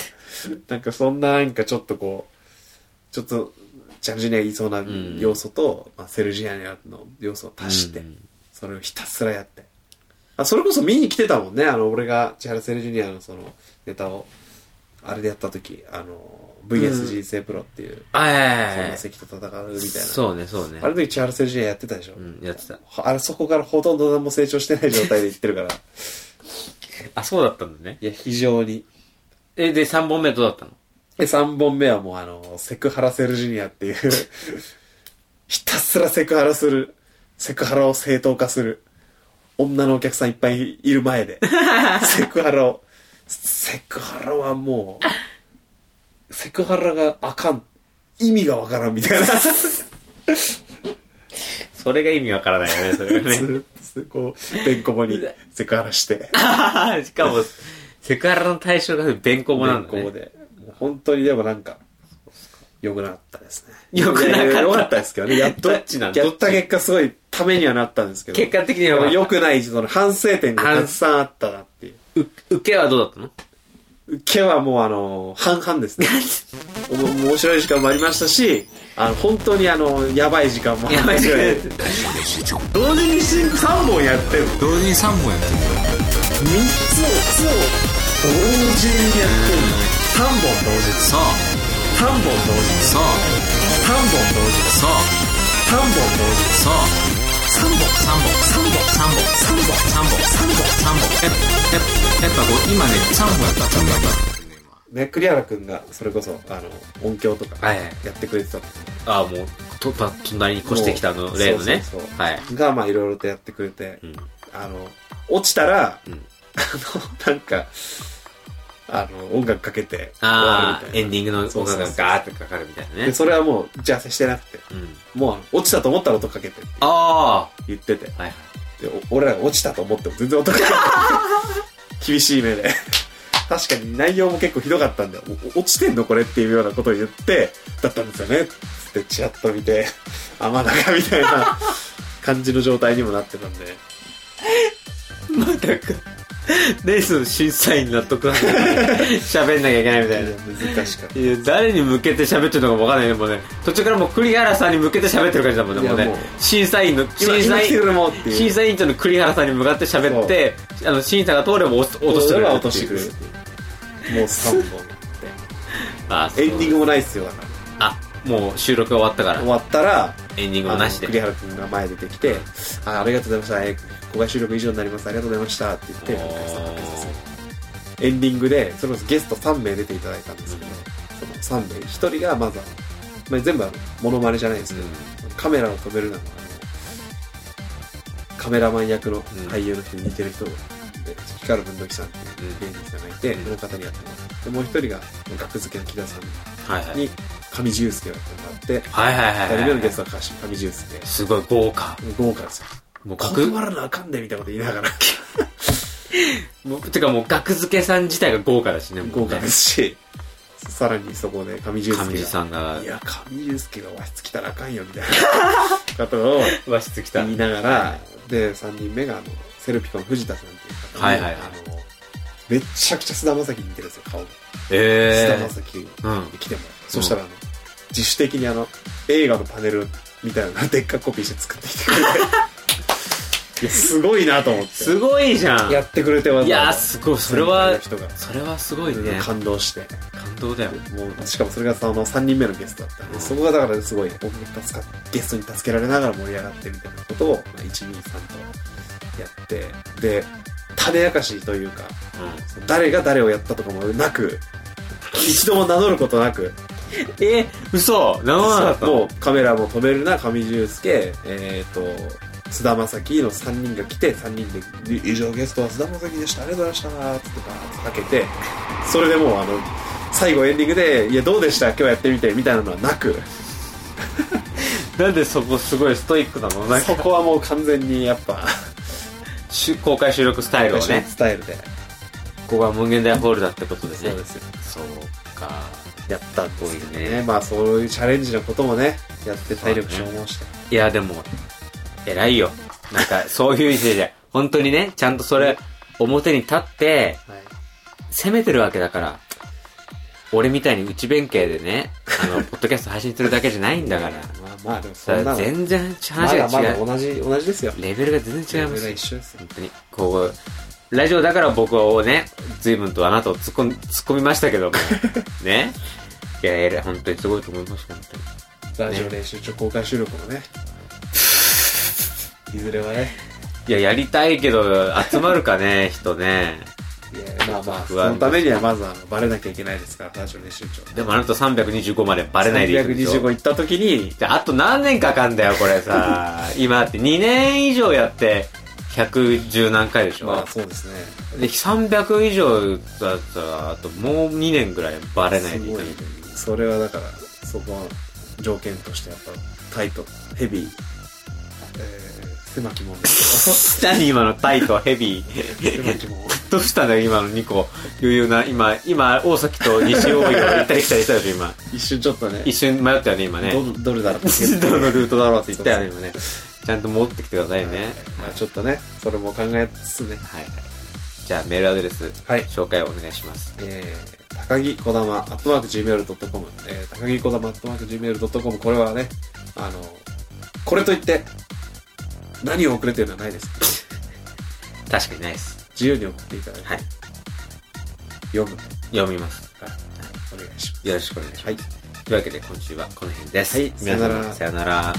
[SPEAKER 2] なんかそんななんかちょっとこう、ちょっと、ジャルジュニアが言いそうな要素と、まあ、セルジュニアの要素を足して、
[SPEAKER 1] うん
[SPEAKER 2] それをひたすらやって。あ、それこそ見に来てたもんね、あの、俺が千原セルジュニアのその、ネタを、あれでやった時、あの、VSG 生プロっていう、
[SPEAKER 1] はいはい
[SPEAKER 2] そ
[SPEAKER 1] はい
[SPEAKER 2] ん
[SPEAKER 1] は。
[SPEAKER 2] ない席と戦うみたいな。
[SPEAKER 1] そうね、そうね
[SPEAKER 2] あ。れの時千原セルジュニアやってたでしょ、
[SPEAKER 1] うん、やってた。
[SPEAKER 2] あれそこからほとんど何も成長してない状態でいって るから。い
[SPEAKER 1] あ、そうだったんだね。
[SPEAKER 2] や、非常に。
[SPEAKER 1] え、で、3本目はどうだったの
[SPEAKER 2] で、3本目はもうあの、セクハラセルジュニアっていう、 ひたすらセクハラする、セクハラを正当化する、女のお客さんいっぱいい る前で、セクハラを、セクハラはも う、セクハラがあかん、意味がわからんみたいな。
[SPEAKER 1] それが意味わからないよね、それがね。
[SPEAKER 2] ずっとこう、べんこもにセクハラ して、
[SPEAKER 1] しかも、セクハラの対象がべんこも
[SPEAKER 2] べ
[SPEAKER 1] なんんだ
[SPEAKER 2] こ
[SPEAKER 1] ね
[SPEAKER 2] も。で。もう本当にでもなんか、良くなかったですね。
[SPEAKER 1] 良くなかった
[SPEAKER 2] いやいや良かったですけどね。やっと、
[SPEAKER 1] ど
[SPEAKER 2] や
[SPEAKER 1] っちな
[SPEAKER 2] っ
[SPEAKER 1] のどっち
[SPEAKER 2] た結果すごいためにはなったんですけど。
[SPEAKER 1] 結果的に
[SPEAKER 2] でも
[SPEAKER 1] は、
[SPEAKER 2] 良くない、その反省点がたくさんあったなっていう。
[SPEAKER 1] う受けはどうだったの
[SPEAKER 2] 受けはもうあの、半々ですね。おも面白い時間もありましたし、あの、本当にあの、やばい時間もあり
[SPEAKER 1] やば
[SPEAKER 2] ま
[SPEAKER 1] い
[SPEAKER 2] し
[SPEAKER 1] 時
[SPEAKER 2] た
[SPEAKER 1] 間
[SPEAKER 2] し。同時にシンク3本やってる
[SPEAKER 3] 同時に3本やってるんだよ
[SPEAKER 2] 3つを、つを同時にやってる3本同時
[SPEAKER 3] さあ
[SPEAKER 2] 3本同時
[SPEAKER 3] さあ
[SPEAKER 2] 3本同時
[SPEAKER 3] さあ
[SPEAKER 2] 3本同時
[SPEAKER 3] さあ3本3本3本3本3本3本3本3本やっぱやっぱこう今ね3本やった3本やった
[SPEAKER 2] ね栗原君がそれこそあの音響とか
[SPEAKER 1] はい
[SPEAKER 2] やってくれてたんです
[SPEAKER 1] ああ、もう、と、た、隣に越してきたあの、例のね
[SPEAKER 2] そうそう。そう
[SPEAKER 1] はい。
[SPEAKER 2] がまあいろいろとやってくれて、
[SPEAKER 1] うん
[SPEAKER 2] あの落ちたら、
[SPEAKER 1] ん
[SPEAKER 2] あのなんかあの音楽かけて終わ
[SPEAKER 1] あ
[SPEAKER 2] る
[SPEAKER 1] あ
[SPEAKER 2] み、た
[SPEAKER 1] エ
[SPEAKER 2] いな
[SPEAKER 1] ンディングの
[SPEAKER 2] そう
[SPEAKER 1] 音
[SPEAKER 2] そう
[SPEAKER 1] 楽
[SPEAKER 2] そう
[SPEAKER 1] がガーってかかるみたいなね
[SPEAKER 2] で。それはもう打ち合わせしてなくて
[SPEAKER 1] うん。
[SPEAKER 2] もうあの落ちたと思ったら音かけてって
[SPEAKER 1] あ
[SPEAKER 2] 言ってて
[SPEAKER 1] あ、はい。
[SPEAKER 2] でお俺らが落ちたと思っても全然音 がない厳しい目で確かに内容も結構ひどかったんでお落ちてんのこれっていうようなことを言ってだったんですよねつってチラッと見てあまだかみたいな感じの状態にもなってたんで
[SPEAKER 1] またか。レースの審査員納得なんだ 喋んなきゃいけないみたいな。
[SPEAKER 2] 難しかった
[SPEAKER 1] いや誰に向けて喋ってるのか分かんないねもうね途中からもう栗原さんに向けて喋ってる感じだもんね
[SPEAKER 2] いや
[SPEAKER 1] もうね
[SPEAKER 2] もう
[SPEAKER 1] 審査員の
[SPEAKER 2] 今
[SPEAKER 1] 審査
[SPEAKER 2] 今来て
[SPEAKER 1] 員
[SPEAKER 2] くれもっていう
[SPEAKER 1] 審査委員長の栗原さんに向かって喋ってあの審査が通れば落と落としてくれる
[SPEAKER 2] 俺らは
[SPEAKER 1] って
[SPEAKER 2] 落
[SPEAKER 1] いう
[SPEAKER 2] としてくれるもう3本
[SPEAKER 1] あそう
[SPEAKER 2] エンディングもないっすよだから
[SPEAKER 1] あもう収録が終わったから
[SPEAKER 2] 終わったら
[SPEAKER 1] エンディング
[SPEAKER 2] あ
[SPEAKER 1] も
[SPEAKER 2] の
[SPEAKER 1] なし
[SPEAKER 2] 栗
[SPEAKER 1] で
[SPEAKER 2] 原君が前出てきて「あありがとうございましたえー公開収録以上になりますありがとうございました」って言って
[SPEAKER 1] おー
[SPEAKER 2] なんかさなんかさエンディングでそれこそゲスト3名出ていただいたんですけど、その3名1人がまずは、まあ、全部あのモノマネじゃないですけど、カメラを止めるなんかあのカメラマン役の俳優の人に似てる人で、光る文土器さんっていう芸人さんがいて、
[SPEAKER 1] うん
[SPEAKER 2] この方にやってますでもう1人が学付けの木田さ
[SPEAKER 1] はい
[SPEAKER 2] んに上地雄介をやってもらって
[SPEAKER 1] はいはいはいは
[SPEAKER 2] 2人
[SPEAKER 1] いは
[SPEAKER 2] 目の
[SPEAKER 1] い
[SPEAKER 2] ゲストが上地雄介
[SPEAKER 1] すごい豪華
[SPEAKER 2] 豪華ですよ。
[SPEAKER 1] もう格
[SPEAKER 2] 断らなあかんねみたいなこと言いな がら、
[SPEAKER 1] もうてかもう額付けさん自体が豪華だしねもうね
[SPEAKER 2] 豪華ですし、さらにそこで上重
[SPEAKER 1] 上地
[SPEAKER 2] 介
[SPEAKER 1] さんが
[SPEAKER 2] が、いや、上重介が和室来たらあかんよ、みたい なことを
[SPEAKER 1] 和室来た
[SPEAKER 2] 言いながら、で、3人目が、あの、セルピコの藤田さんっていう方に
[SPEAKER 1] はいはいはい
[SPEAKER 2] あの、めっちゃくちゃ菅田将暉に似てるんですよ、顔が。菅
[SPEAKER 1] え
[SPEAKER 2] 田将暉に
[SPEAKER 1] えうん
[SPEAKER 2] 来てもらう。そしたら、あの、自主的にあの、映画のパネルみたいなのをでっかくコピーして作ってきてくれ て、いや、すごいなと思って。
[SPEAKER 1] すごいじゃん
[SPEAKER 2] やってくれてわ
[SPEAKER 1] い
[SPEAKER 2] ざわ
[SPEAKER 1] やー
[SPEAKER 2] ざ
[SPEAKER 1] すごいそれは
[SPEAKER 2] 先輩の人が
[SPEAKER 1] それはすごいね
[SPEAKER 2] 感動して
[SPEAKER 1] 感動だよ
[SPEAKER 2] もうしかもそれがその3人目のゲストだったんで、そこがだからすごい僕に助かゲストに助けられながら盛り上がってみたいなことを、まあ、123とやってで種明かしというかその誰が誰をやったとかもなく一度も名乗ることなく
[SPEAKER 1] え嘘生だった
[SPEAKER 2] もうカメラも止めるな上重介えっ、と菅田将暉の3人が来て3人で「以上ゲストは菅田将暉でしたありがとうございました」つってバーッとかけてそれでもうあの最後エンディングで「いやどうでした今日やってみて」みたいなのはなく
[SPEAKER 1] なんでそこすごいストイックなのなん
[SPEAKER 2] そ
[SPEAKER 1] か
[SPEAKER 2] こはもう完全にやっぱ
[SPEAKER 1] し公開収録スタイルをね
[SPEAKER 2] スタイルで
[SPEAKER 1] ここは無限大ホールだってことで
[SPEAKER 2] そう
[SPEAKER 1] ね
[SPEAKER 2] ですよ
[SPEAKER 1] そうか
[SPEAKER 2] やったんですけど
[SPEAKER 1] すごい
[SPEAKER 2] ね
[SPEAKER 1] ね
[SPEAKER 2] まあそういうチャレンジのこともねやって体力消耗して、
[SPEAKER 1] いやでも偉いよなんかそういう意味で本当にねちゃんとそれ表に立って
[SPEAKER 2] はい、
[SPEAKER 1] 攻めてるわけだから俺みたいに内弁慶でねあ のポッドキャスト配信するだけじゃないんだから
[SPEAKER 2] まあまあでもそ
[SPEAKER 1] さ
[SPEAKER 2] んなの
[SPEAKER 1] 全然
[SPEAKER 2] ま
[SPEAKER 1] 話
[SPEAKER 2] だま
[SPEAKER 1] が
[SPEAKER 2] だ
[SPEAKER 1] 違う
[SPEAKER 2] 同じ同じですよ
[SPEAKER 1] レベルが全然違います
[SPEAKER 2] レベルが
[SPEAKER 1] よ
[SPEAKER 2] 一緒ですよ
[SPEAKER 1] 本当にこうラジオだから僕をね随分とあなたを突っ込み突っ込みましたけ どもねいやいや本当にすごいと思いました本当に
[SPEAKER 2] ラジオ練習中公開収録もねいずれはね
[SPEAKER 1] いややりたいけど集まるかね人ね
[SPEAKER 2] いやまあまあそ
[SPEAKER 1] 不安
[SPEAKER 2] のためにはまずあのバレなきゃいけないですからラジオ練習長
[SPEAKER 1] でもあなた325までバレないでいくんでしょ
[SPEAKER 2] 325行った時に
[SPEAKER 1] じゃああと何年かかんだよこれ さ今って2年以上やって110何回でしょ、
[SPEAKER 2] まあそうですね
[SPEAKER 1] で300以上だったらあともう2年ぐらいバレない
[SPEAKER 2] す
[SPEAKER 1] でい
[SPEAKER 2] ご
[SPEAKER 1] く
[SPEAKER 2] いそれはだからそこは条件としてやっぱタイトヘビー、 えー、狭き門
[SPEAKER 1] 何今のタイとヘビー。
[SPEAKER 2] 狭き門
[SPEAKER 1] どうしたんだよ、今の2個。余裕な、今、今、大崎と西大井を行ったり来たりしたでしょ、今。
[SPEAKER 2] 一瞬ちょっとね
[SPEAKER 1] 一瞬迷ったよね、今ね。
[SPEAKER 2] どどれだろう
[SPEAKER 1] どのルートだろうって言ったよね、今ね。ちゃんと戻ってきてくださいね。
[SPEAKER 2] まあちょっとねそれも考えつつね
[SPEAKER 1] はいはい。じゃあ、メールアドレス、
[SPEAKER 2] はい
[SPEAKER 1] 紹介をお願いします。
[SPEAKER 2] えー、高木こだま、アットマーク Gmail.com、えー、高木こだま、アットマーク Gmail.com、これはね、あの、これといって、何を送れてるのはないです。
[SPEAKER 1] 確かにないです。
[SPEAKER 2] 自由に送っていただいて、
[SPEAKER 1] はい。
[SPEAKER 2] 読む、はい。
[SPEAKER 1] 読みます。
[SPEAKER 2] お願いします。
[SPEAKER 1] よろしくお願いします。
[SPEAKER 2] はい。
[SPEAKER 1] というわけで、今週はこの辺です。
[SPEAKER 2] はい
[SPEAKER 1] 皆
[SPEAKER 2] さよな
[SPEAKER 1] 様
[SPEAKER 2] ら
[SPEAKER 1] さよなら。